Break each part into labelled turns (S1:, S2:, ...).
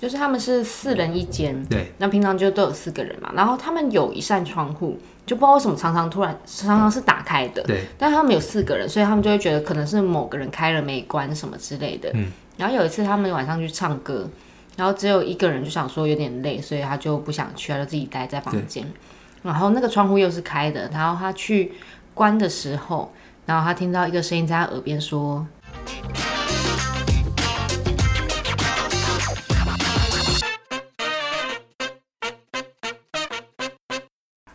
S1: 就是他们是四人一间，
S2: 对，
S1: 那平常就都有四个人嘛，然后他们有一扇窗户，就不知道为什么常常突然常常是打开的，
S2: 对，
S1: 但他们有四个人，所以他们就会觉得可能是某个人开了没关什么之类的，嗯，然后有一次他们晚上去唱歌，然后只有一个人就想说有点累，所以他就不想去，他就自己待在房间，然后那个窗户又是开的，然后他去关的时候，然后他听到一个声音在他耳边说。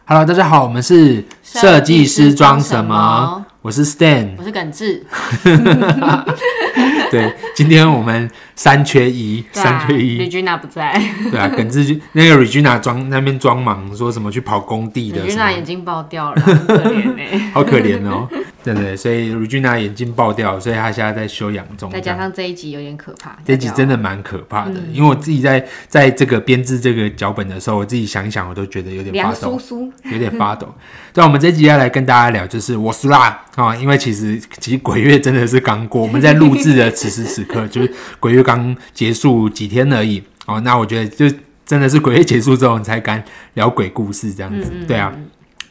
S2: Hello，大家好，我们是设计师装什么？我是 Stan。
S1: 我是耿志，
S2: 对，今天我们三缺一，
S1: 啊
S2: 三缺
S1: 李
S2: 一。
S1: 君娜不在，
S2: 对啊，耿志就那个 Regina 装那边装忙，说什么去跑工地
S1: 李
S2: 的，
S1: 君
S2: 什
S1: 娜
S2: 么
S1: 眼睛爆掉了，很可怜哎、
S2: 好可怜哦。对对，所以 Regina 眼睛爆掉，所以她现在在休养中。
S1: 再
S2: 这
S1: 加
S2: 样
S1: 上这一集有点可怕，
S2: 这集真
S1: 的
S2: 的蛮可怕的，因为我自己在在这个编制这个脚本的时候，我自己想一想，我都觉得有点
S1: 凉
S2: 发抖
S1: 酥。酥，
S2: 有点发抖。 对，我们这集要来跟大家聊，就是我苏啦啊、因为其实其实鬼月真的是刚过，我们在录制的此时此刻， 就是鬼月刚结束几天而已哦。那我觉得就真的是鬼月结束之后，你才敢聊鬼故事这样子，对啊。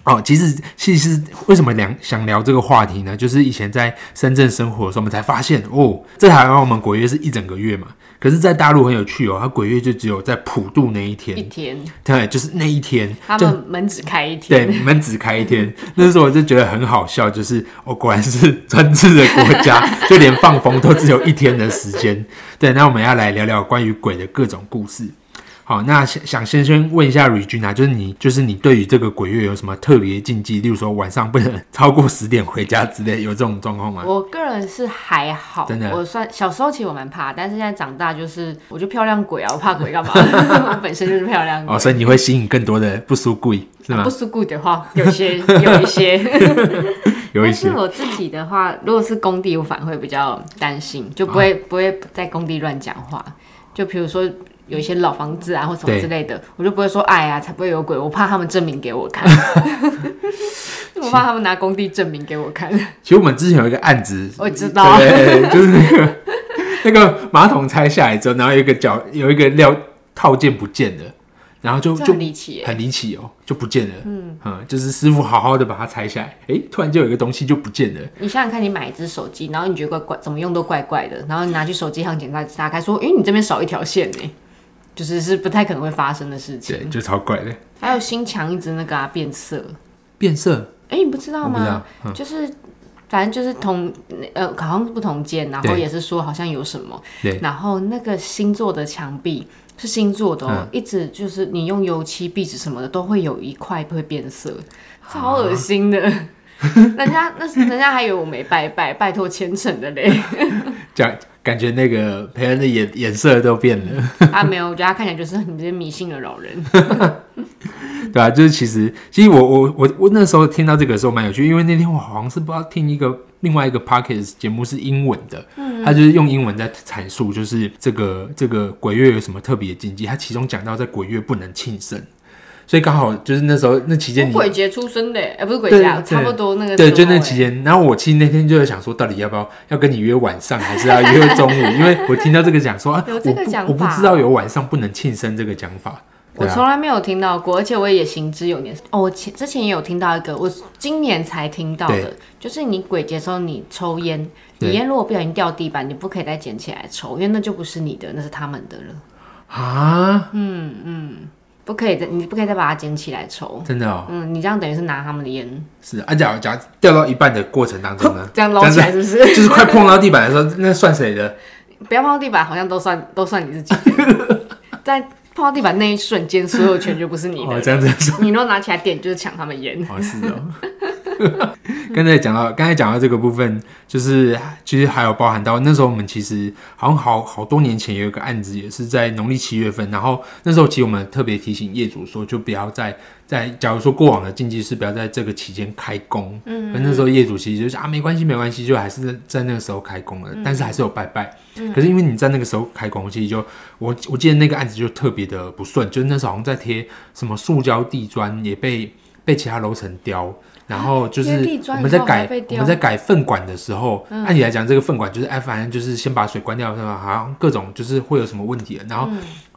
S2: 哦，其实其实为什么聊想聊这个话题呢？就是以前在深圳生活的时候，我们才发现哦，在台湾我们鬼月是一整个月嘛，可是，在大陆很有趣哦，它鬼月就只有在普渡那一
S1: 一
S2: 天，
S1: 天，
S2: 对，就是那一天，
S1: 他
S2: 就
S1: 们门只开一
S2: 对，
S1: 天，
S2: 你们只开 一天。那时候我就觉得很好笑，就是我、哦、果然是专制的国家， 就连放风都只有一天的时间。对，那我们要来聊聊关于鬼的各种故事。好，那想想先先问一下 Regina，就是你，就是你对于这个鬼月有什么特别禁忌？例如说晚上不能超过十点回家之类，有这种状况吗？
S1: 我个人是还好，
S2: 真的
S1: 我算小时候其实我蛮怕，但是现在长大就是我就漂亮鬼啊，我怕鬼干嘛？ 我本身就是漂亮鬼，啊
S2: 哦，所以你会吸引更多的不输鬼是吗
S1: 不？是故的话，有些有一些。
S2: 有一
S1: 但
S2: 些
S1: 是我自己的话，如果是工地，我反而会比较担心，就不会、
S2: 啊
S1: 不会在工地乱讲话。就比如说有一些老房子啊或什么
S2: 对
S1: 之类的，我就不会说哎呀才不会有鬼，我怕他们证明给我 看，我怕他们拿工地证明给我看。
S2: 其实我们之前有一个案子，
S1: 我知道啊
S2: 对，就是那个 那个马桶拆下来之后，然后有一个脚有一个料套件不见了，然后就
S1: 这
S2: 啊就
S1: 很离奇耶，
S2: 很离奇哦，就不见了。嗯就是师傅好好的把它拆下来，诶，突然就有一个东西就不见了。
S1: 你想想看，你买一只手机，然后你觉得怪怪，怎么用都怪怪的，然后你拿去手机行检查打开，说，诶，你这边少一条线呢，就是是不太可能会发生的事情。
S2: 对，就超怪的，
S1: 还有新墙一直那个啊变色，
S2: 变色。
S1: 哎、你不知道
S2: 我
S1: 吗？
S2: 不知道嗯
S1: 就是反正就是同呃，好像是不同间，然后
S2: 对
S1: 也是说好像有什么，
S2: 对
S1: 然后那个星座的墙壁是星座的
S2: 嗯
S1: 哦，一直就是你用油漆、壁纸什么的，都会有一块会变色，超
S2: 啊
S1: 恶心的。 人家那人家还以为我没拜拜，拜托虔诚的嘞。
S2: 讲感觉那个培恩的眼眼色都变了。
S1: 啊，没有，我觉得他看起来就是很这些迷信的老人。
S2: 对啊，就是其实，其实我我我我那时候听到这个的时候蛮有趣，因为那天我好像是不知道听一个另外一个 p o c k e t 节目是英文的，
S1: 嗯
S2: 他就是用英文在阐述，就是这个这个鬼月有什么特别禁忌，他其中讲到在鬼月不能庆生，所以刚好就是那时候那期间
S1: 我
S2: 你
S1: 鬼节出生的，哎、不是鬼
S2: 对
S1: 节啊，
S2: 对
S1: 差不多那个
S2: 对，就
S1: 时候
S2: 那
S1: 哎
S2: 期间，然后我其实那天就在想说，到底要不要要跟你约晚上，还是要约中午？因为我听到这个讲说，啊，
S1: 有这个讲
S2: 我不
S1: 法
S2: 我
S1: 哦
S2: 不知道有晚上不能庆生这个讲法，
S1: 我
S2: 对啊
S1: 从来没有听到过，而且我也行之有年。哦，我前之前也有听到一个，我今年才听到的
S2: 对，
S1: 就是你鬼节的时候你抽烟，
S2: 对
S1: 你烟如果不小心掉地板，你不可以再捡起来抽，因为那就不是你的，那是他们的了，
S2: 啊，
S1: 不可以再你不可以再把它捡起来抽。
S2: 真的哦。
S1: 嗯，你这样等于是拿他们的 烟，，
S2: 是啊，假如假如掉到一半的过程当中呢
S1: 这样捞起来是不是？
S2: 但是就是快碰到地板的时候，那算谁的？
S1: 不要碰到地板，好像都算 都算你自己的。在碰到地板那一瞬间，所有权就不是你
S2: 哦，
S1: 的，
S2: 这样子说，
S1: 你若拿起来点，就是抢他们烟。
S2: 哦，是哦。 刚才讲到，刚才讲到这个部分，就是其实还有包含到那时候我们其实好像好好多年前有一个案子，也是在农历七月份，然后那时候其实我们特别提醒业主说，就不要在在假如说过往的禁忌是不要在这个期间开工，嗯那时候业主其实就是啊没关系没关系，就还是在在那个时候开工了，但是还是有拜拜，可是因为你在那个时候开工，其实就我我记得那个案子就特别的不顺，就是那时候好像在贴什么塑胶地砖也被被其他楼层雕，然后就是
S1: 贴地砖
S2: 我们在
S1: 以后还嗯
S2: 改
S1: 被雕
S2: 我们在改粪管的时候，按
S1: 嗯
S2: 理来讲这个粪管就是哎反正就是先把水关掉是吧？好像各种就是会有什么问题的，然后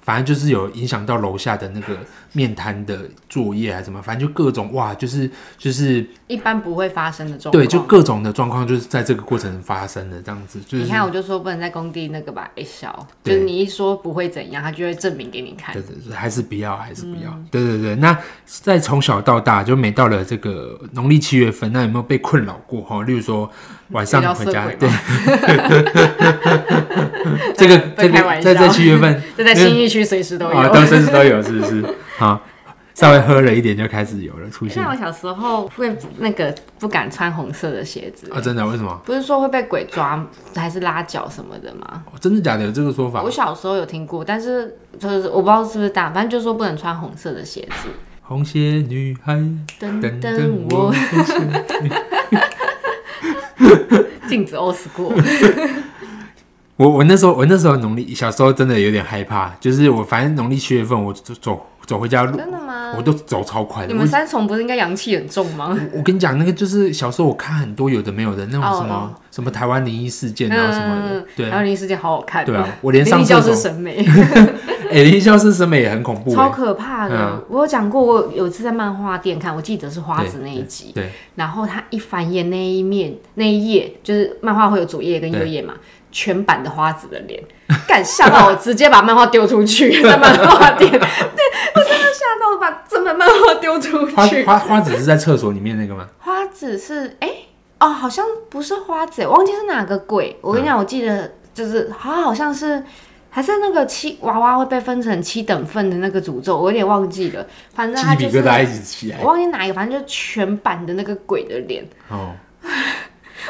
S2: 反正就是有影响到楼下的那个面摊的作业还是什么，反正就各种哇，就是就是
S1: 一般不会发生的状况。
S2: 对，就各种的状况就是在这个过程发生的这样子，就是
S1: 你看，我就说不能在工地那个吧，哎笑，就
S2: 嗯对
S1: 是你一说不会怎样，他就会证明给你看
S2: 对。对对，还是不要，还是不要。
S1: 嗯
S2: 对对对，那在从小到大，就每到了这个农历七月份，那有没有被困扰过哈？例如说晚上
S1: 遇到
S2: 回
S1: 色
S2: 家，
S1: 鬼
S2: 对
S1: 吗，
S2: 这个
S1: 被
S2: 这
S1: 开
S2: 个
S1: 玩
S2: 在在
S1: 笑
S2: 七月份
S1: 这在新一区随时都有。
S2: 啊，到甚至都有，是不是？好，稍微喝了一点就开始有了出现
S1: 像我小时候会那个不敢穿红色的鞋子，
S2: 啊，真的？为什么？
S1: 不是说会被鬼抓还是拉脚什么的吗？
S2: 哦真的假的？有这个说法
S1: 我？小时候有听过，但是就是我不知道是不是大，反正就说不能穿红色的鞋子。
S2: 红鞋女孩，
S1: 等
S2: 等
S1: 等
S2: 等
S1: 我
S2: 我，。
S1: 镜子 old school，
S2: 我我那时候我那时候农历小时候真的有点害怕，就是我反正农历七月份我走走走回家路，
S1: 真的吗
S2: 我？都走超快
S1: 呃你
S2: 的，
S1: 们三重不是应该阳气很重吗？
S2: 我跟你讲，那个就是小时候我看很多有的没有的那种
S1: 哦
S2: 什么、
S1: 哦嗯
S2: 什么台湾灵异事件啊什么的，对，
S1: 然后林世界好好看，
S2: 对啊我连上
S1: 林异教
S2: 厕
S1: 师
S2: 所
S1: 审美
S2: 哎、灵异教室审美也很恐怖、
S1: 超
S2: 欸，
S1: 可怕的
S2: 嗯。
S1: 我有讲过，我有一次在漫画店看，我记得是花子那
S2: 对
S1: 一集，
S2: 对，
S1: 然后他一翻页那一面那一页，就是漫画会有左页跟右页嘛，全版的花子的 脸，敢吓到我，直接把漫画丢出去，在漫画店，对 我真的吓到我，把整本漫画丢出
S2: 花
S1: 去。
S2: 花花子是在厕所里面 那个吗？
S1: 花子是哎、哦，好像不是花子，忘记是哪个鬼。我跟你讲，
S2: 嗯
S1: 我记得就是好像好像是。还是那个七娃娃会被分成七等份的那个诅咒，我有点忘记了。反正
S2: 鸡
S1: 他就
S2: 皮
S1: 是
S2: 疙瘩一起起来
S1: 我忘记哪一个，反正就全版的那个鬼的脸，
S2: 哦。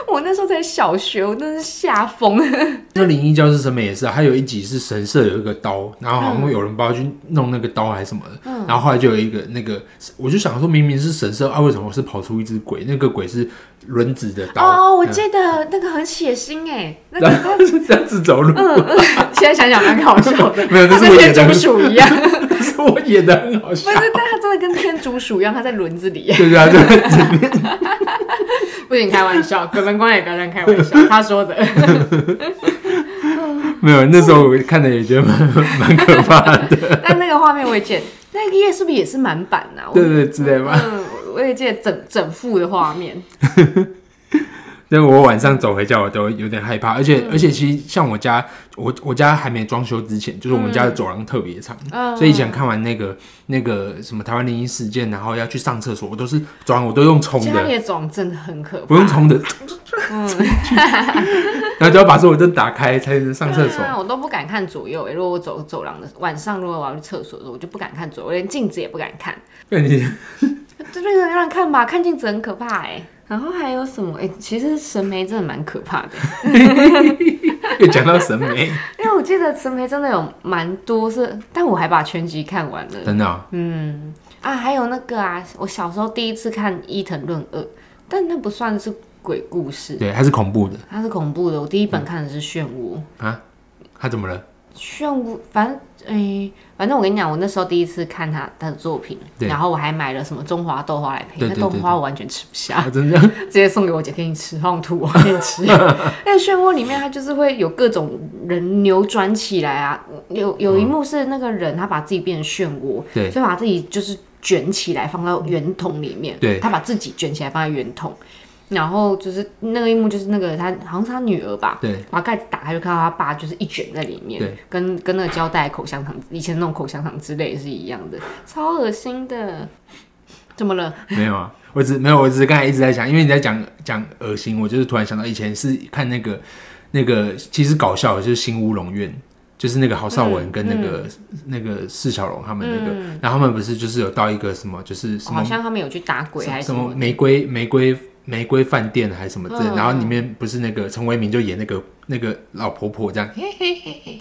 S1: 我那时候才小学，我真是吓疯了。
S2: 那灵异教室审美也是、啊，它有一集是神社有一个刀，然后好像有人不知道去弄那个刀还是什么的，
S1: 嗯
S2: 然后后来就有一个那个，我就想说明明是神社啊，为什么是跑出一只鬼？那个鬼是轮子的刀，
S1: 哦， 我记得那个很血腥哎，那个
S2: 然后是这样子走路，
S1: 现在想想蛮搞笑的，
S2: 没有
S1: 它
S2: 那是
S1: 跟
S2: 我
S1: 天
S2: 演的
S1: 竺鼠一样，不
S2: 是我演的很好笑，
S1: 是，但它真的跟天竺鼠一样，它在轮子里耶。
S2: 对对啊，对。
S1: 不行，开玩笑， 鬼门关也不要这样开 玩笑，他说的。
S2: 没有，那时候我看的也觉得蛮 蛮可怕的，
S1: 但那个画面我也记得，那个页是不是也是满版啊？我
S2: 对对之类吧。
S1: 嗯，我我也记得整整幅的画面。
S2: 但我晚上走回家，我都有点害怕，而且、而且其实像我家，我我家还没装修之前，就是我们家的走廊特别长，
S1: 嗯
S2: 所以以前看完那个那个什么台湾灵异事件，然后要去上厕所，我都是走廊我都用冲
S1: 其实他们
S2: 的，
S1: 也总真的很可怕，
S2: 不用冲的，嗯 然后就要把所有灯打开才能上厕所
S1: 对。啊，我都不敢看左右、欸。如果我走走廊的晚上，如果我要去厕所的时候，我就不敢看左右，我连镜子也不敢看。
S2: 那你
S1: 这边很让人看吧，看镜子很可怕哎、然后还有什么？哎、其实神眉真的蛮可怕的，
S2: 又讲到审美，
S1: 因为我记得神眉真的有蛮多是，但我还把全集看完了
S2: 真的哦、
S1: 啊。还有那个啊，我小时候第一次看《伊藤润二》，但那不算是鬼故事，
S2: 对，它是恐怖的
S1: 它是恐怖的。我第一本看的是《漩涡》，
S2: 啊，它怎么了？
S1: 漩涡，反正诶、反正我跟你讲，我那时候第一次看他他的作品，
S2: 对
S1: 然后我还买了什么中华豆花来配，
S2: 对
S1: 那
S2: 对
S1: 豆
S2: 对
S1: 花我完全吃不下，
S2: 啊、真的
S1: 直接送给我姐给你吃，好想吐，我给你吃。 那个漩涡里面，它就是会有各种人扭转起来啊，有有一幕是那个人他把自己变成漩涡，
S2: 嗯对
S1: 所以把自己就是卷起来放到圆筒里面，
S2: 对
S1: 他把自己卷起来放在圆筒。然后就是那个一幕，就是那个他好像是他女儿吧，
S2: 对，
S1: 把盖子打开就看到他爸就是一卷在里面
S2: 对，
S1: 跟跟那个胶带口香糖以前那种口香糖之类是一样的，超恶心的。怎么了？
S2: 没有啊，我只没有，我只是刚才一直在想，因为你在讲讲恶心，我就是突然想到以前是看那个那个，其实搞笑的就是《新乌龙院》，就是那个郝邵
S1: 嗯
S2: 文跟那个、那个释小龙他们那个，然后他们不是就是有到一个什么，就是什么
S1: 哦好嗯像他们有去打鬼还是
S2: 什
S1: 什
S2: 么
S1: 么？
S2: 玫瑰玫瑰玫瑰饭店还是什么之类
S1: 嗯
S2: 的，然后里面不是那个陈为民就演那个那个老婆婆这样，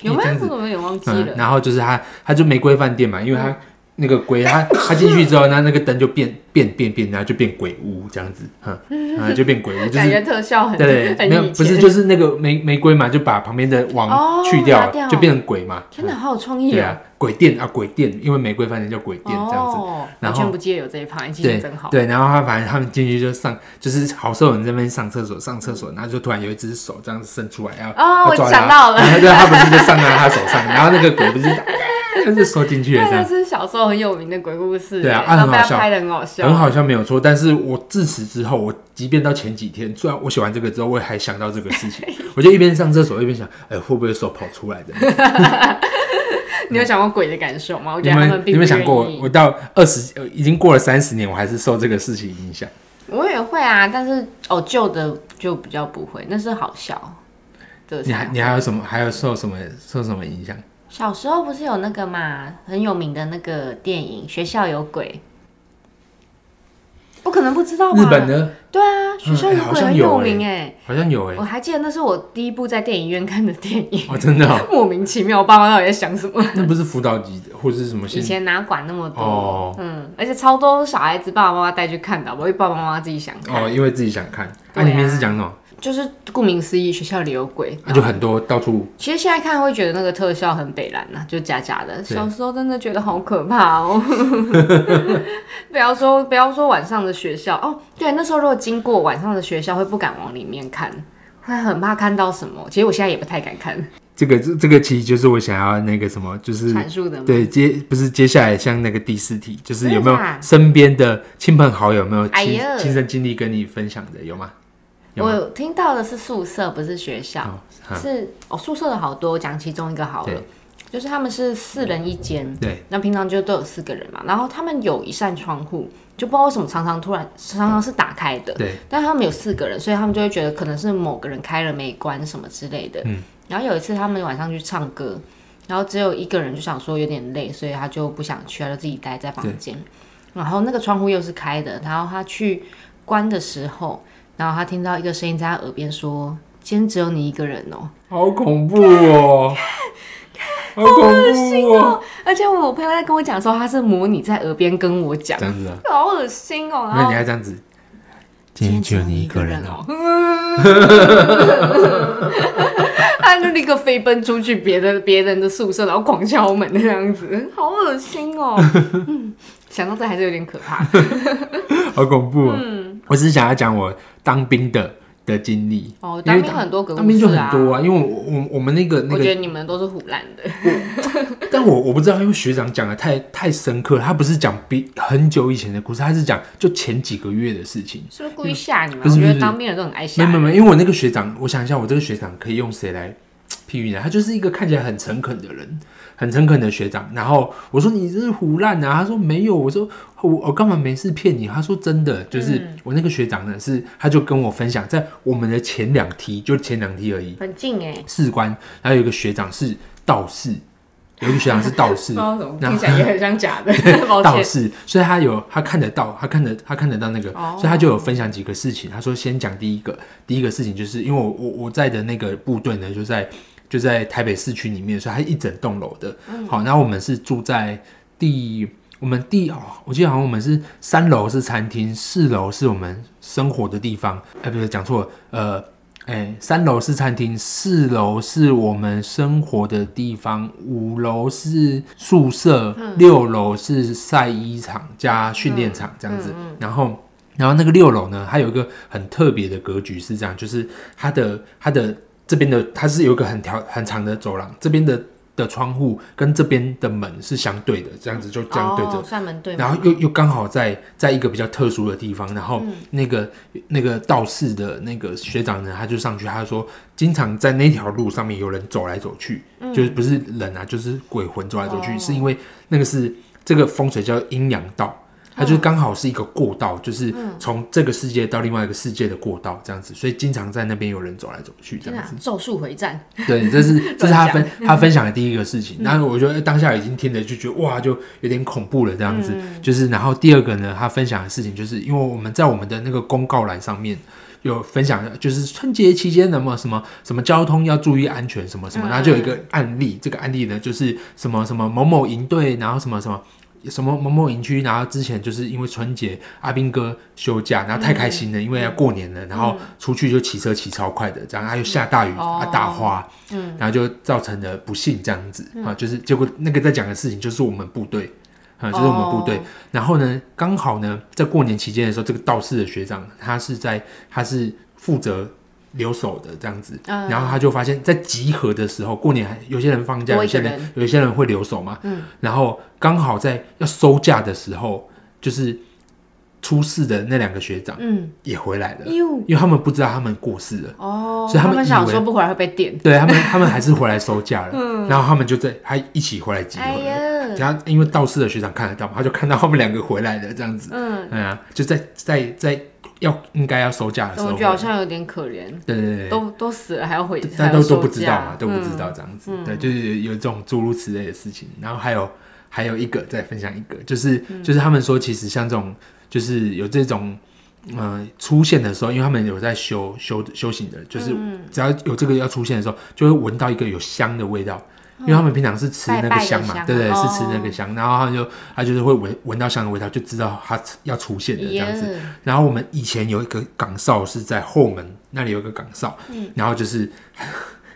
S1: 有没
S2: 这
S1: 有？
S2: 样
S1: 我怎么有忘记
S2: 嗯，
S1: 了？嗯
S2: 然后就是他，他就玫瑰饭店嘛，因为他那个鬼，他他进去之后，那那个灯就变变变变，然后就变鬼屋这样子，嗯，然后就变鬼屋，就
S1: 感
S2: 是
S1: 觉特效很
S2: 对对，
S1: 很
S2: 没有
S1: 以前
S2: 不是就是那个玫玫瑰嘛，就把旁边的
S1: 哦
S2: 网去掉，
S1: 拿掉
S2: 就变成鬼嘛，
S1: 天哪，好有创意哦
S2: 对啊，鬼店啊鬼店，因为玫瑰饭店叫鬼店这样子，
S1: 哦，完
S2: 然后
S1: 全不记得有这一趴，你记性
S2: 对
S1: 真好。
S2: 对，然后他反正他们进去就上，就是好受人这边上厕所上厕所，然后就突然有一只手这样伸出来要
S1: 哦
S2: 要抓
S1: 我
S2: 他
S1: 想到了
S2: 然后对他不是就上到他手上，然后那个鬼不是但是收进去了这
S1: 那
S2: 样
S1: 个。是小时候很有名的鬼故事，
S2: 对啊啊
S1: 然后被
S2: 很
S1: 他
S2: 好笑
S1: 拍的很好笑，
S2: 很好笑没有错，但是我自此之后，我即便到前几天，虽然我写完这个之后，我也还想到这个 事情，我就一边上厕所一边想，哎、会不会手跑出来的？
S1: 你有想过鬼的感受吗？我觉得
S2: 你
S1: 他
S2: 们
S1: 们并
S2: 你
S1: 不
S2: 们想
S1: 愿
S2: 过我，
S1: 意。
S2: 我到二十，呃已经过了三十年，我还是受这个事情影响。
S1: 我也会啊，但是哦，旧的就比较不会，那是好笑的
S2: 你
S1: 才
S2: 还
S1: 好。
S2: 你还有什么？还有受什么受什么影响？
S1: 小时候不是有那个嘛，很有名的那个电影《学校有鬼》，不可能不知道吧？
S2: 日本呢？
S1: 对啊，《学校有
S2: 好
S1: 鬼》
S2: 像
S1: 很
S2: 有
S1: 有
S2: 欸
S1: 名哎、
S2: 好像有哎、
S1: 我还记得那是我第一部在电影院看的电影，
S2: 哦，真的、哦，
S1: 莫名其妙，我爸妈到底在想什么？
S2: 那不是辅导级的或者是什么
S1: 以
S2: 心
S1: 前哪管那么多？
S2: 哦
S1: 嗯，而且超多小孩子爸爸妈妈带去看的，我会爸爸妈妈自己想看。
S2: 哦，因为自己想看。那、
S1: 对啊
S2: 里面是讲什么？
S1: 就是顾名思义，学校里有鬼。
S2: 那、啊就很多到处
S1: 其实现在看会觉得那个特效很北蓝呐、就假假的。
S2: 对
S1: 小时候真的觉得好可怕 哦。不要说不要说晚上的学校哦，对，那时候如果经过晚上的学校，会不敢往里面看，会很怕看到什么。其实我现在也不太敢看
S2: 这个这这个其实就是我想要那个什么，就是
S1: 阐述的嘛。
S2: 对接不是接下来像那个第四题，就是有没有
S1: 真的假的
S2: 身边的亲朋好友有没有
S1: 啊哎
S2: 亲
S1: 呀
S2: 亲身经历跟你分享的有吗？有
S1: 我
S2: 吗？
S1: 有听到的是宿舍，不是学校。
S2: 哦哈
S1: 是哦，宿舍的好多，我讲其中一个好了
S2: 对，
S1: 就是他们是四人一间，
S2: 对，
S1: 那平常就都有四个人嘛，然后他们有一扇窗户，就不知道为什么常常突然常常是打开的，
S2: 对，
S1: 但他们有四个人，所以他们就会觉得可能是某个人开了没关什么之类的，
S2: 嗯，
S1: 然后有一次他们晚上去唱歌，然后只有一个人就想说有点累，所以他就不想去，他就自己待在房间，然后那个窗户又是开的，然后他去关的时候，然后他听到一个声音在他耳边说。今天只有你一个人哦、
S2: 好恐怖 哦、好恐
S1: 啊
S2: 怖哦、
S1: 而且我朋友在跟我讲的时候，他是模拟在耳边跟我讲
S2: 这，样子啊，
S1: 好恶心哦、
S2: 那
S1: 然
S2: 你
S1: 后
S2: 还这样子，
S1: 哦、 他就立刻飞奔出去别的别人的宿舍，然后狂敲门那样子，好恶心 哦、嗯，想到这还是有点可怕。
S2: 好恐怖哦、
S1: 嗯
S2: 我只是想要讲我当兵的的经历。
S1: 哦，
S2: 因
S1: 当
S2: 为
S1: 兵很多个
S2: 当兵就很多
S1: 啊。
S2: 啊，因为我我我们那个那
S1: 我
S2: 个
S1: 觉得你们都是胡乱的，
S2: 但我我不知道，因为学长讲的太太深刻了，他不是讲比很久以前的故事，他是讲就前几个月的事情。
S1: 是不是故意吓你们？
S2: 不
S1: 我
S2: 是
S1: 觉
S2: 不
S1: 得
S2: 是
S1: 当兵的都很爱吓
S2: 没
S1: 人。
S2: 没没，因为我那个学长，我想一下，我这个学长可以用谁来譬喻呢？他就是一个看起来很诚恳的人，很诚恳的学长。然后我说你这是胡乱啊，他说没有，我说我我干嘛没事骗你？他说真的，就是
S1: 嗯
S2: 我那个学长呢是，他就跟我分享，在我们的前两梯，就前两梯而已，
S1: 很近哎、
S2: 士官，然后有一个学长是道士，有一个学长是 道
S1: 不
S2: 士
S1: 知，道为什么，
S2: 那
S1: 听起来也很像假 的，抱
S2: 道
S1: 歉。
S2: 士，所以他有他看得到，他看得他看得到那个，
S1: 哦
S2: 所以他就有分享几个事情。他说先讲第一个，第一个事情就是因为我我我在的那个部队呢，就在就在台北市区里面，所以它一整栋楼的。好，那我们是住在第我们第哦，我记得好像我们是三楼是餐厅，四楼是我们生活的地方。哎，不是讲错了，呃。哎，三楼是餐厅，四楼是我们生活的地方，五楼是宿舍，六楼是晒衣场加训练场这样子。然后，然后那个六楼呢，它有一个很特别的格局是这样，就是它的它的这边的它是有一个很条很长的走廊，这边的的窗户跟这边的门是相对的，这样子就这样对着
S1: 哦，算门对门。
S2: 然后又又刚好在在一个比较特殊的地方，然
S1: 嗯
S2: 后那个、那个道士的那个学长呢，他就上去，他说经常在那条路上面有人走来走去，就是不是人啊，就是鬼魂走来走去，
S1: 嗯哦
S2: 是因为那个是这个风水叫阴阳道。
S1: 嗯
S2: 它就刚好是一个过道，就是从这个世界到另外一个世界的过道这样子，所以经常在那边有人走来走去这
S1: 天
S2: 样
S1: 哪
S2: 子。，
S1: 咒术回战，
S2: 对，这是这是他
S1: 乱讲嗯
S2: 分他分享的第一个事情。然后我觉得当下已经听了就觉得哇，就有点恐怖了这样子。
S1: 嗯
S2: 就是然后第二个呢，他分享的事情就是因为我们在我们的那个公告栏上面。有分享的，就是春节期间什么什么什么交通要注意安全什么
S1: 嗯
S2: 什么，然后就有一个案例，这个案例呢就是什么什么某某营队，然后什么什么什么某某营区，然后之前就是因为春节阿兵哥休假，然后太开心了，因为要过年了，然后出去就骑车骑超快的，然后他又下大雨、
S1: 哦嗯
S2: 啊大花，然后就造成了不幸这样子、啊，就是结果那个在讲的事情就是我们部队啊，就是我们部队。
S1: 哦
S2: 然后呢，刚好呢，在过年期间的时候，这个道士的学长他是在他是负责留守的这样子，
S1: 嗯
S2: 然后他就发现，在集合的时候，过年还有些人放假，
S1: 多
S2: 有
S1: 一
S2: 些
S1: 个
S2: 人
S1: 人
S2: 有些人会留守嘛，嗯，然后刚好在要收假的时候，就是出事的那两个学长
S1: 嗯，
S2: 也回来了，
S1: 哟，
S2: 因为他们不知道他们过世了，
S1: 哦，
S2: 所以他们
S1: 们想
S2: 以为
S1: 说不回来会被电，
S2: 对他们，他们还是回来收假 了，然后他们就在还一起回来集合
S1: 哎
S2: 了。
S1: 呀，
S2: 然后因为道士的学长看得到嘛，他就看到他们两个回来了，这样子，
S1: 嗯，
S2: 嗯啊，就在在在要应该要收假的时
S1: 我
S2: 候
S1: 觉
S2: 回
S1: 得好
S2: 来，
S1: 像有点可怜，
S2: 对对对对，
S1: 都都死了还要回，
S2: 大家
S1: 还要
S2: 都都
S1: 休
S2: 不知道
S1: 假嗯
S2: 嘛，都不知道这样子，对，就是有这种诸如此类的事情。然后还有还有一个再分享一个，就是、
S1: 嗯
S2: 就是他们说，其实像这种就是有这种。呃，出现的时候，因为他们有在修修修行的，就是
S1: 嗯
S2: 只要有这个要出现的时候，就会闻到一个有香的味道，因为他们平常是吃那
S1: 嗯拜拜
S2: 个
S1: 的
S2: 香嘛，
S1: 香
S2: 对对，
S1: 哦
S2: 是吃那个香，然后他就他就是会闻闻到香的味道，就知道他要出现的这样子。
S1: 耶，
S2: 然后我们以前有一个岗哨是在后门那里有一个岗哨，
S1: 嗯
S2: 然后就是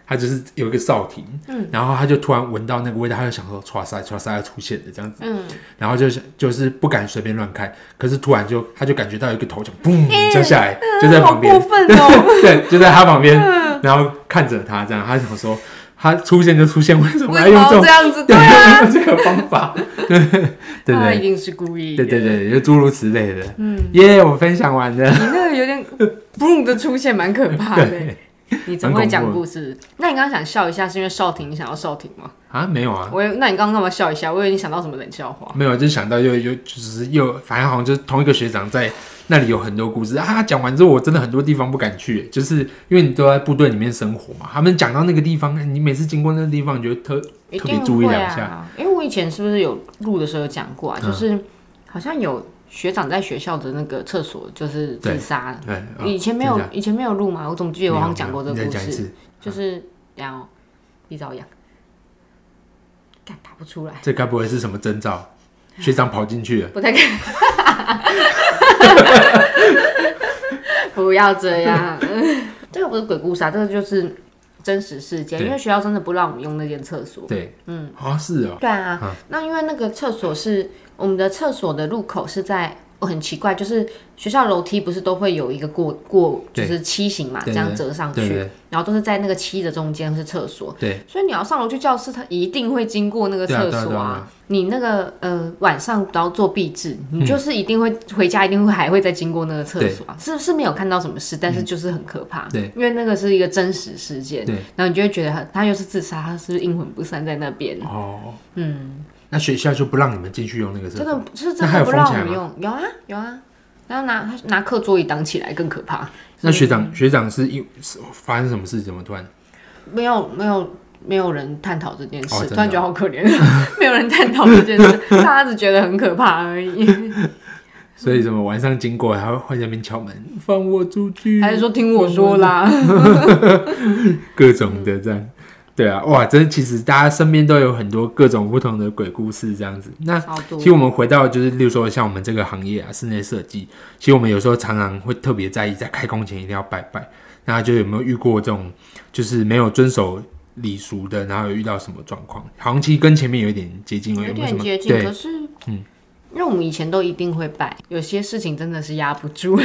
S2: 他就是有一个哨亭，
S1: 嗯
S2: 然后他就突然闻到那个味道，他就想说唰塞唰塞要出现的这样子，
S1: 嗯，
S2: 然后就是就是不敢随便乱开，可是突然就他就感觉到有一个头奖嘣降下来，就在
S1: 嗯好
S2: 旁边，
S1: 过分 嗯哦，
S2: 对，就在他旁边，然后看着他这样，他想说他出现就出现，为什么
S1: 为
S2: 要
S1: 什么
S2: 用这
S1: 要
S2: 种
S1: 这样哎子？对啊，
S2: 用这个方法？ 对对
S1: 他
S2: 对
S1: 一。定是故意的，
S2: 对对对，就诸如此类的。嗯，耶、我分享完了。
S1: 你那个有点 boom 的出现，蛮 可怕的。你怎么会讲故事？那你刚刚想笑一下，是因为少婷你想要少婷吗？
S2: 啊，没有啊，
S1: 我以为那你刚刚干嘛笑一下？我以为你想到什么冷笑话。
S2: 没有，就想到又又就是又，反正好像就是同一个学长在那里有很多故事啊。他讲完之后，我真的很多地方不敢去，就是因为你都在部队里面生活嘛。他们讲到那个地方，你每次经过那个地方，你就会特
S1: 一
S2: 特别
S1: 定
S2: 注意
S1: 会
S2: 两下。嗯
S1: 啊，因为我以前是不是有录的时候有讲过啊？就是好像有学长在学校的那个厕所就是自杀，
S2: 对，啊
S1: 以前没有
S2: 真的假的
S1: 以前没有录嘛？我怎么记得
S2: 没有
S1: 我好像讲过这
S2: 没
S1: 个
S2: 有你
S1: 故
S2: 再讲一
S1: 事？
S2: 次，
S1: 就是然后鼻子好痒，干打不出来，
S2: 这该不会是什么征兆？学长跑进去了，
S1: 不太敢。 不要这样，这个不是鬼故事啊，这个就是真实事件。
S2: 对
S1: 因为学校真的不让我们用那间厕所。
S2: 对，嗯，啊是哦，
S1: 对啊，那因为那个厕所是我们的厕所的入口是在，哦、很奇怪，就是学校楼梯不是都会有一个过过，就
S2: 对
S1: 是梯形嘛，这
S2: 对
S1: 样折上
S2: 对
S1: 去，
S2: 对
S1: 然后都是在那个梯的中间是厕所。
S2: 对，
S1: 所以你要上楼去教室，它一定会经过那个
S2: 对啊
S1: 厕
S2: 对啊
S1: 所
S2: 对啊
S1: 你那个呃晚上都要做壁纸，你就是一定会、回家，一定会还会再经过那个厕所啊。是是没有看到什么事，但是就是很可怕。
S2: 嗯对，
S1: 因为那个是一个真实事件。
S2: 对，
S1: 然后你就会觉得他他又是自杀，他是不是阴魂不散在那边？
S2: 哦，嗯，那学校就不让你们进去用那个厕
S1: 真
S2: 所，
S1: 的是
S2: 那
S1: 真
S2: 还有
S1: 的不让
S2: 封
S1: 我
S2: 起来
S1: 们用，有啊有啊，然后拿拿课桌椅挡起来更可怕。
S2: 那学
S1: 嗯
S2: 长学长是因是发生什么事？怎么突然？
S1: 没有没有没有人探讨这件事，
S2: 哦真的
S1: 突然觉得好可怜， 没有人探讨这件事，大家只觉得很可怕而已。
S2: 所以什么晚上经过还会会在那边敲门，放我出去，
S1: 还是说听我说啦？
S2: 各种的这样。对啊，哇，真的其实大家身边都有很多各种不同的鬼故事这样子。那
S1: 超多
S2: 其实我们回到就是，例如说像我们这个行业啊，室内设计，其实我们有时候常常会特别在意，在开工前一定要拜拜。那就有没有遇过这种就是没有遵守礼俗的，然后有遇到什么状况？好像其实跟前面有一点接近，
S1: 有
S2: 没有
S1: 点
S2: 什么？
S1: 接近，
S2: 对嗯
S1: 可是因为我们以前都一定会拜，有些事情真的是压不 住。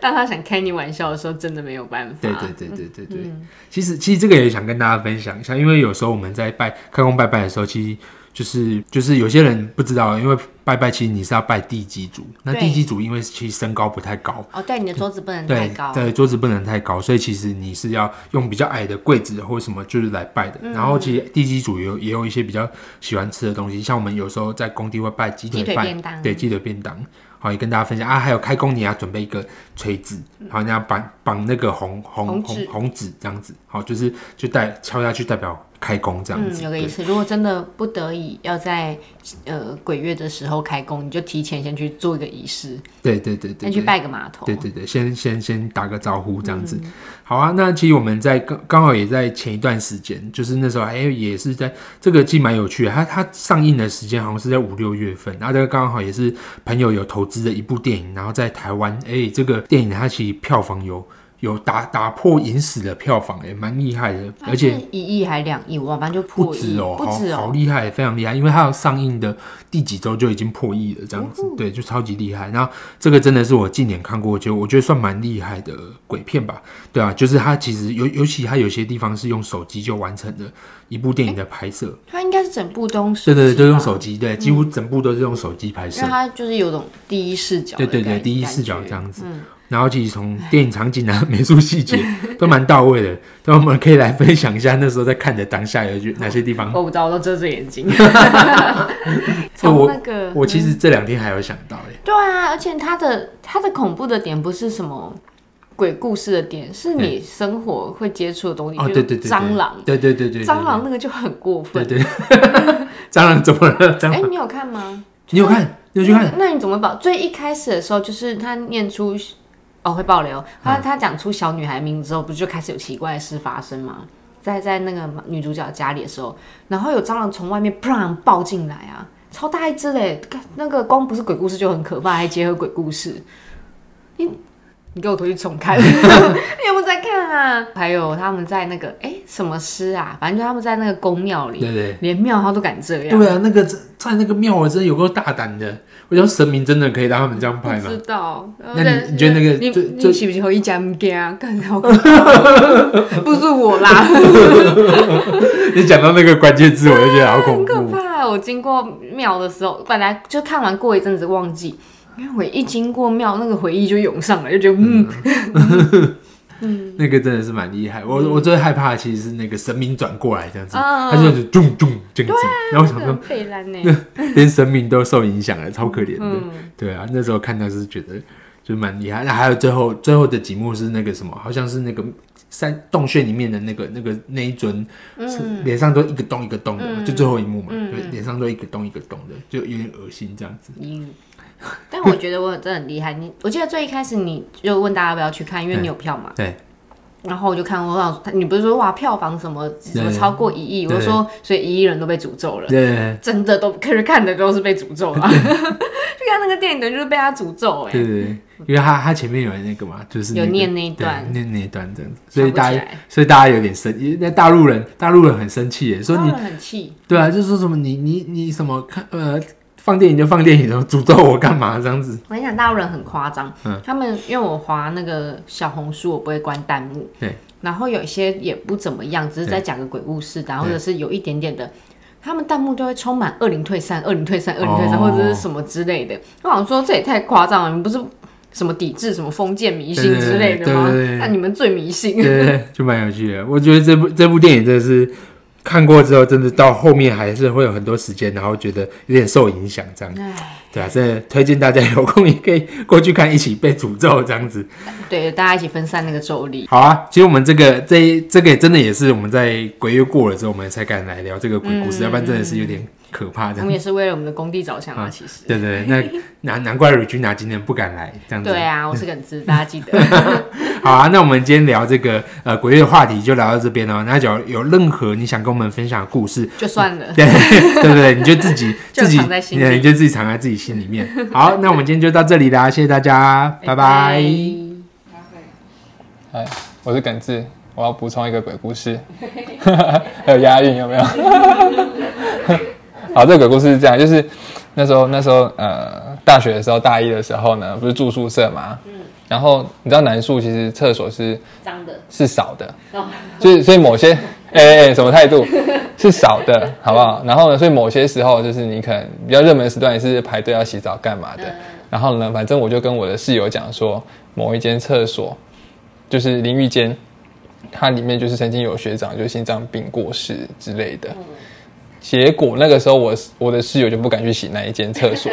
S1: 当他想开你玩笑的时候，真的没有办法。嗯
S2: 对对对对对对，其实其实这个也想跟大家分享一下，因为有时候我们在拜开工拜拜的时候，其实就是就是有些人不知道，因为拜拜其实你是要拜地基主，那
S1: 对
S2: 地基主因为其实身高不太高，
S1: 哦，对，你的桌子不能太
S2: 对
S1: 高。
S2: 对，桌子不能太高，所以其实你是要用比较矮的柜子或什么就是来拜的。然
S1: 嗯
S2: 后其实地基主也有也有一些比较喜欢吃的东西，像我们有时候在工地会拜鸡
S1: 鸡
S2: 腿
S1: 腿
S2: 饭，
S1: 便当
S2: 对鸡腿便当。好，也跟大家分享啊，还有开工你要准备一个锤子，好，你要绑绑那个红红
S1: 嗯红
S2: 红
S1: 纸
S2: 红纸这样子，好，就是就代敲下去代表开工这样
S1: 嗯，
S2: 子。
S1: 有个
S2: 对
S1: 意思。如果真的不得已要在呃鬼月的时候开工，你就提前先去做一个仪式，
S2: 对对对对
S1: 先去
S2: 对。
S1: 拜个码头。
S2: 对对对，先先先打个招呼这样子。好啊，那其实我们在刚刚好也在前一段时间，就是那时候哎、也是在这个既蛮有趣的，它它上映的时间好像是在五六月份，啊然后这个刚好也是朋友有投资的一部电影，然后在台湾哎、这个电影它其实票房有。有打打破影史的票房、欸，哎，蛮厉害的，而且
S1: 它啊是一亿还两亿，我忘了反正就
S2: 不
S1: 破亿，
S2: 止哦，
S1: 不止
S2: 好好
S1: 哦，
S2: 厉害，非常厉害，因为它要上映的第几周就已经破亿了，这样子，对，就超级厉害。然后这个真的是我近年看过，就我觉得算蛮厉害的鬼片吧，对啊，就是它其实尤尤其它有些地方是用手机就完成的一部电影的拍摄，
S1: 它应该是整部东西，
S2: 对对对，都用手机，对，几乎整部都是用手机拍摄
S1: 因为，它就是嗯有种第一视角的感
S2: 对
S1: 觉，
S2: 对对，第一视角这样子。
S1: 嗯
S2: 然后其实从电影场景啊、美术 细节都蛮到位的，那我们可以来分享一下那时候在看的当下有哪些地方。
S1: 我不知道，我都遮着眼 睛。
S2: 对
S1: 从
S2: 哎我
S1: 那个，
S2: 我其实这两天还有想到哎、
S1: 对啊，而且它的它的恐怖的点不是什么鬼故事的点，是你生活会接触的东西，
S2: 哦，
S1: 就
S2: 对
S1: 是
S2: 对对，对
S1: 蟑螂，，
S2: 对对对对，对
S1: 蟑，螂那个就很过
S2: 对
S1: 分。
S2: 对，对 蟑螂怎么了？蟑
S1: 哎，
S2: 螂，
S1: 你有看吗？
S2: 你有看？你有去看？
S1: 那那你怎么保？最一开始的时候，就是他念出哦会爆流，
S2: 嗯
S1: 他他讲出小女孩名字之后，不是就开始有奇怪的事发生吗？在在那个女主角家里的时候，然后有蟑螂从外面砰爆进来啊，超大一只嘞！干那个光不是鬼故事就很可怕，还结合鬼故事，你你给我回去重看， 你有没有在看啊？还有他们在那个哎、什么诗啊，反正就他们在那个宫庙里，
S2: 对对
S1: 连庙他都敢这样，
S2: 对啊，那个在那个庙，我真的有够大胆的。我觉得神明真的可以让他们这样
S1: 不
S2: 拍吗
S1: 知？道。
S2: 那你你觉得那个
S1: 你
S2: 最
S1: 你
S2: 最
S1: 是不是和一家唔惊？更好看， 不是我啦，
S2: 你讲到那个关键字，我就觉得好恐
S1: 很可
S2: 怖。
S1: 怕。我经过庙的时候，本来就看完过一阵子忘记，因为我一经过庙，那个回忆就涌上来，就觉得嗯，
S2: 那个真的是蛮厉害。我我最害怕的其实是那个神明转过来这样子，
S1: 嗯
S2: 他就是咚咚这样子，然后我想
S1: 那
S2: 说
S1: 个很北兰呢，
S2: 连神明都受影响了，超可怜的。
S1: 嗯
S2: 对啊，那时候看到是觉得就蛮厉害。那还有最后最后的几幕是那个什么，好像是那个山洞穴里面的那个那个那一尊，是脸上都一个洞一个洞的嘛，就最后一幕嘛，对，脸上都一个洞一个洞的，就有点恶心这样子。
S1: 嗯 但我觉得我真的很厉害。你我记得最一开始你就问大家要不要去看，因为你有票嘛。
S2: 对，
S1: 然后我就看，我想说你不是说哇票房什么什么
S2: 对
S1: 超过一亿，我就
S2: 对
S1: 说所以一亿人都被诅咒了。
S2: 对
S1: 真的都可是看的都是被诅咒 啊，去看那个电影的就是被他诅咒哎、
S2: 对对对，因为他他前面有那个嘛，就是那个
S1: 有念那一段
S2: 对念那一段这样子，所
S1: 想
S2: 以
S1: 不起来
S2: 大家所以大家有点生，那大陆人大陆人很生气耶，说你
S1: 当然很气，
S2: 对啊，就说什么你你你什么看呃放电影就放电影，然后诅咒我干嘛这 样子？
S1: 我跟你讲，大陆人很夸张，
S2: 嗯
S1: 他们因为我滑那个小红书，我不会关弹幕，
S2: 对，
S1: 然后有一些也不怎么样，只是在讲个鬼故事的啊，
S2: 对
S1: 或者是有一点点的。他们弹幕就会充满“恶灵退散”“恶灵退散”“恶灵退散”或
S2: 哦
S1: 者是什么之类的。我想说这也太夸张了，你们不是什么抵制什么封建迷信
S2: 对对
S1: 之类的
S2: 对
S1: 吗
S2: 对对？
S1: 那你们最迷信。
S2: 对，就蛮有趣的。我觉得这部这部电影真的是看过之后，真的到后面还是会有很多时间，然后觉得有点受影响这样。
S1: 唉，
S2: 对啊，真的推荐大家有空也可以过去看，一起被诅咒这样子。
S1: 对，大家一起分散那个咒力。
S2: 好啊，其实我们这个这一这个真的也是我们在鬼月过了之后，我们才敢来聊这个鬼故事，要不然真的是有点可怕这
S1: 我
S2: 样
S1: 们。也是为了我们的工地着想
S3: 嗯
S1: 啊，其实。
S2: 对对，那难难怪 Regina 今天不敢来这样子。
S1: 对 啊，我是耿直，大家记得。
S2: 好啊，那我们今天聊这个呃鬼月的话题就聊到这边哦。那假如有任何你想跟我们分享的故事，
S1: 就算了，
S2: 对对不对？你就自己
S1: 就
S2: 自己
S1: 藏在心里
S2: 对你就自己藏在自己心里面。好，那我们今天就到这里啦，谢谢大家，拜
S1: 哎
S2: 拜。
S3: 嗨，我是耿志，我要补充一个鬼故事， 还有押韵有没 有？好，这个鬼故事是这样，就是那时候那时候呃大学的时候大一的时候呢，不是住宿舍嘛，然后你知道南宿其实厕所是
S1: 脏的，
S3: 是少的，
S1: 哦
S3: 所以所以某些哎哎、哎什么态度是少的，好不好？然后呢，所以某些时候就是你可能比较热门的时段也是排队要洗澡干嘛的。然后呢，反正我就跟我的室友讲说，某一间厕所就是淋浴间，它里面就是曾经有学长就心脏病过世之类的。结果那个时候我我的室友就不敢去洗那一间厕所，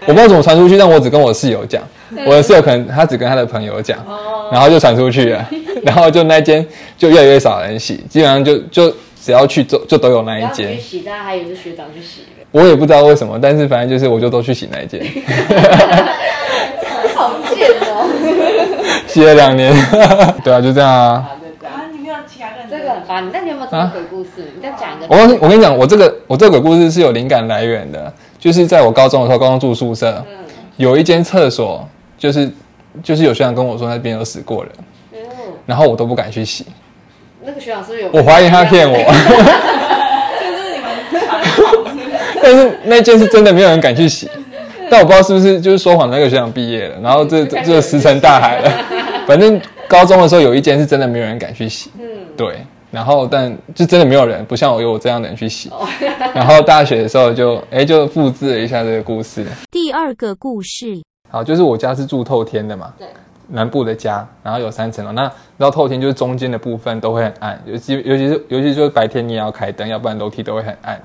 S3: 我不知道怎么传出去，但我只跟我室友讲，我的室友可能他只跟他的朋友讲，然后就传出去了， 然后就那间就越来越少人洗，基本上就就只要去就就都有那一间。
S1: 洗，大家还以为是学长去洗的，
S3: 我也不知道为什么，但是反正就是我就都去洗那一间，
S1: 好贱哦！
S3: 洗了两年， 对啊，就这样啊。
S4: 啊，你没有其他认
S1: 这
S4: 真
S1: 个很烦，但你有没有什么鬼故事？你再讲一个。
S3: 我跟我跟你讲，我这个我这个故事是有灵感来源的，就是在我高中的时候，高中住宿舍，有一间厕所，就是就是有学长跟我说那边有死过人，
S1: 嗯
S3: 然后我都不敢去洗，
S1: 那个学长是不是有？
S3: 我怀疑他骗我。
S4: 就是你们传统的
S3: 但是那件是真的没有人敢去洗，但我不知道是不是就是说谎的那个学长毕业了，然后这这这石沉大海了。反正高中的时候有一件是真的没有人敢去洗，对，然后但就真的没有人，不像我有我这样的人去洗。然后大学的时候就哎就复制了一下这个故事，
S5: 第二个故事，
S3: 好，就是我家是住透天的嘛，
S1: 对，
S3: 南部的家，然后有三层楼。那然后透天就是中间的部分都会很暗，尤其尤其是尤其就是白天你也要开灯，要不然楼梯都会很暗。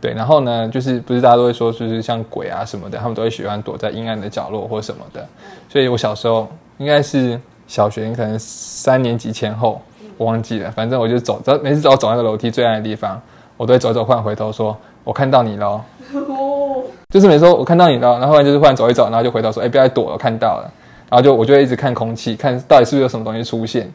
S3: 对，然后呢，就是不是大家都会说，就是像鬼啊什么的，他们都会喜欢躲在阴暗的角落或什么的。所以我小时候应该是小学，可能三年级前后，我忘记了。反正我就走，只要每次只要走那个楼梯最暗的地方，我都会走走，忽然回头说：“我看到你喽。”就是每次说我看到你了，然后后来就是忽然走一走，然后就回头说，哎、不要再躲了，看到了，然后就我就会一直看空气，看到底是不是有什么东西出现，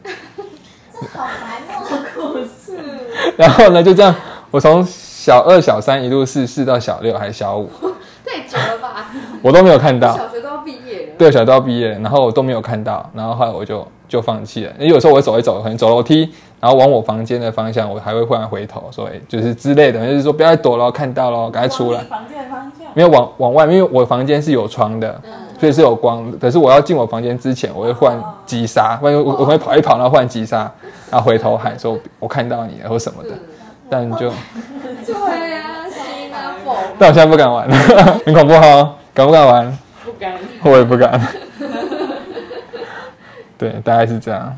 S4: 好白目的故事，
S3: 然后呢就这样，我从小二、小三一路试试到小六还是小五，
S1: 太久了吧？
S3: 我都没有看到，
S1: 学都要毕业了。
S3: 对，小到毕业了，然后我都没有看到，然后后来我就就放弃了，因为有时候我走一走，可能走楼梯，然后往我房间的方向，我还会忽然回头说，哎、就是之类的，就是说不要再躲了，看到了，赶快出来
S4: 往你。房间的方向，
S3: 没有往往外面，因为我房间是有窗的，所以是有光的。可是我要进我房间之前，我会换急刹，万一我我会跑一跑，然后换急刹，然后回头喊说我看到你了或什么的。但就
S1: 对啊呀，新加坡
S3: 但我现在不敢玩，很恐怖哈、哦，敢不敢玩？
S1: 不敢。
S3: 我也不敢。对，大概是这样。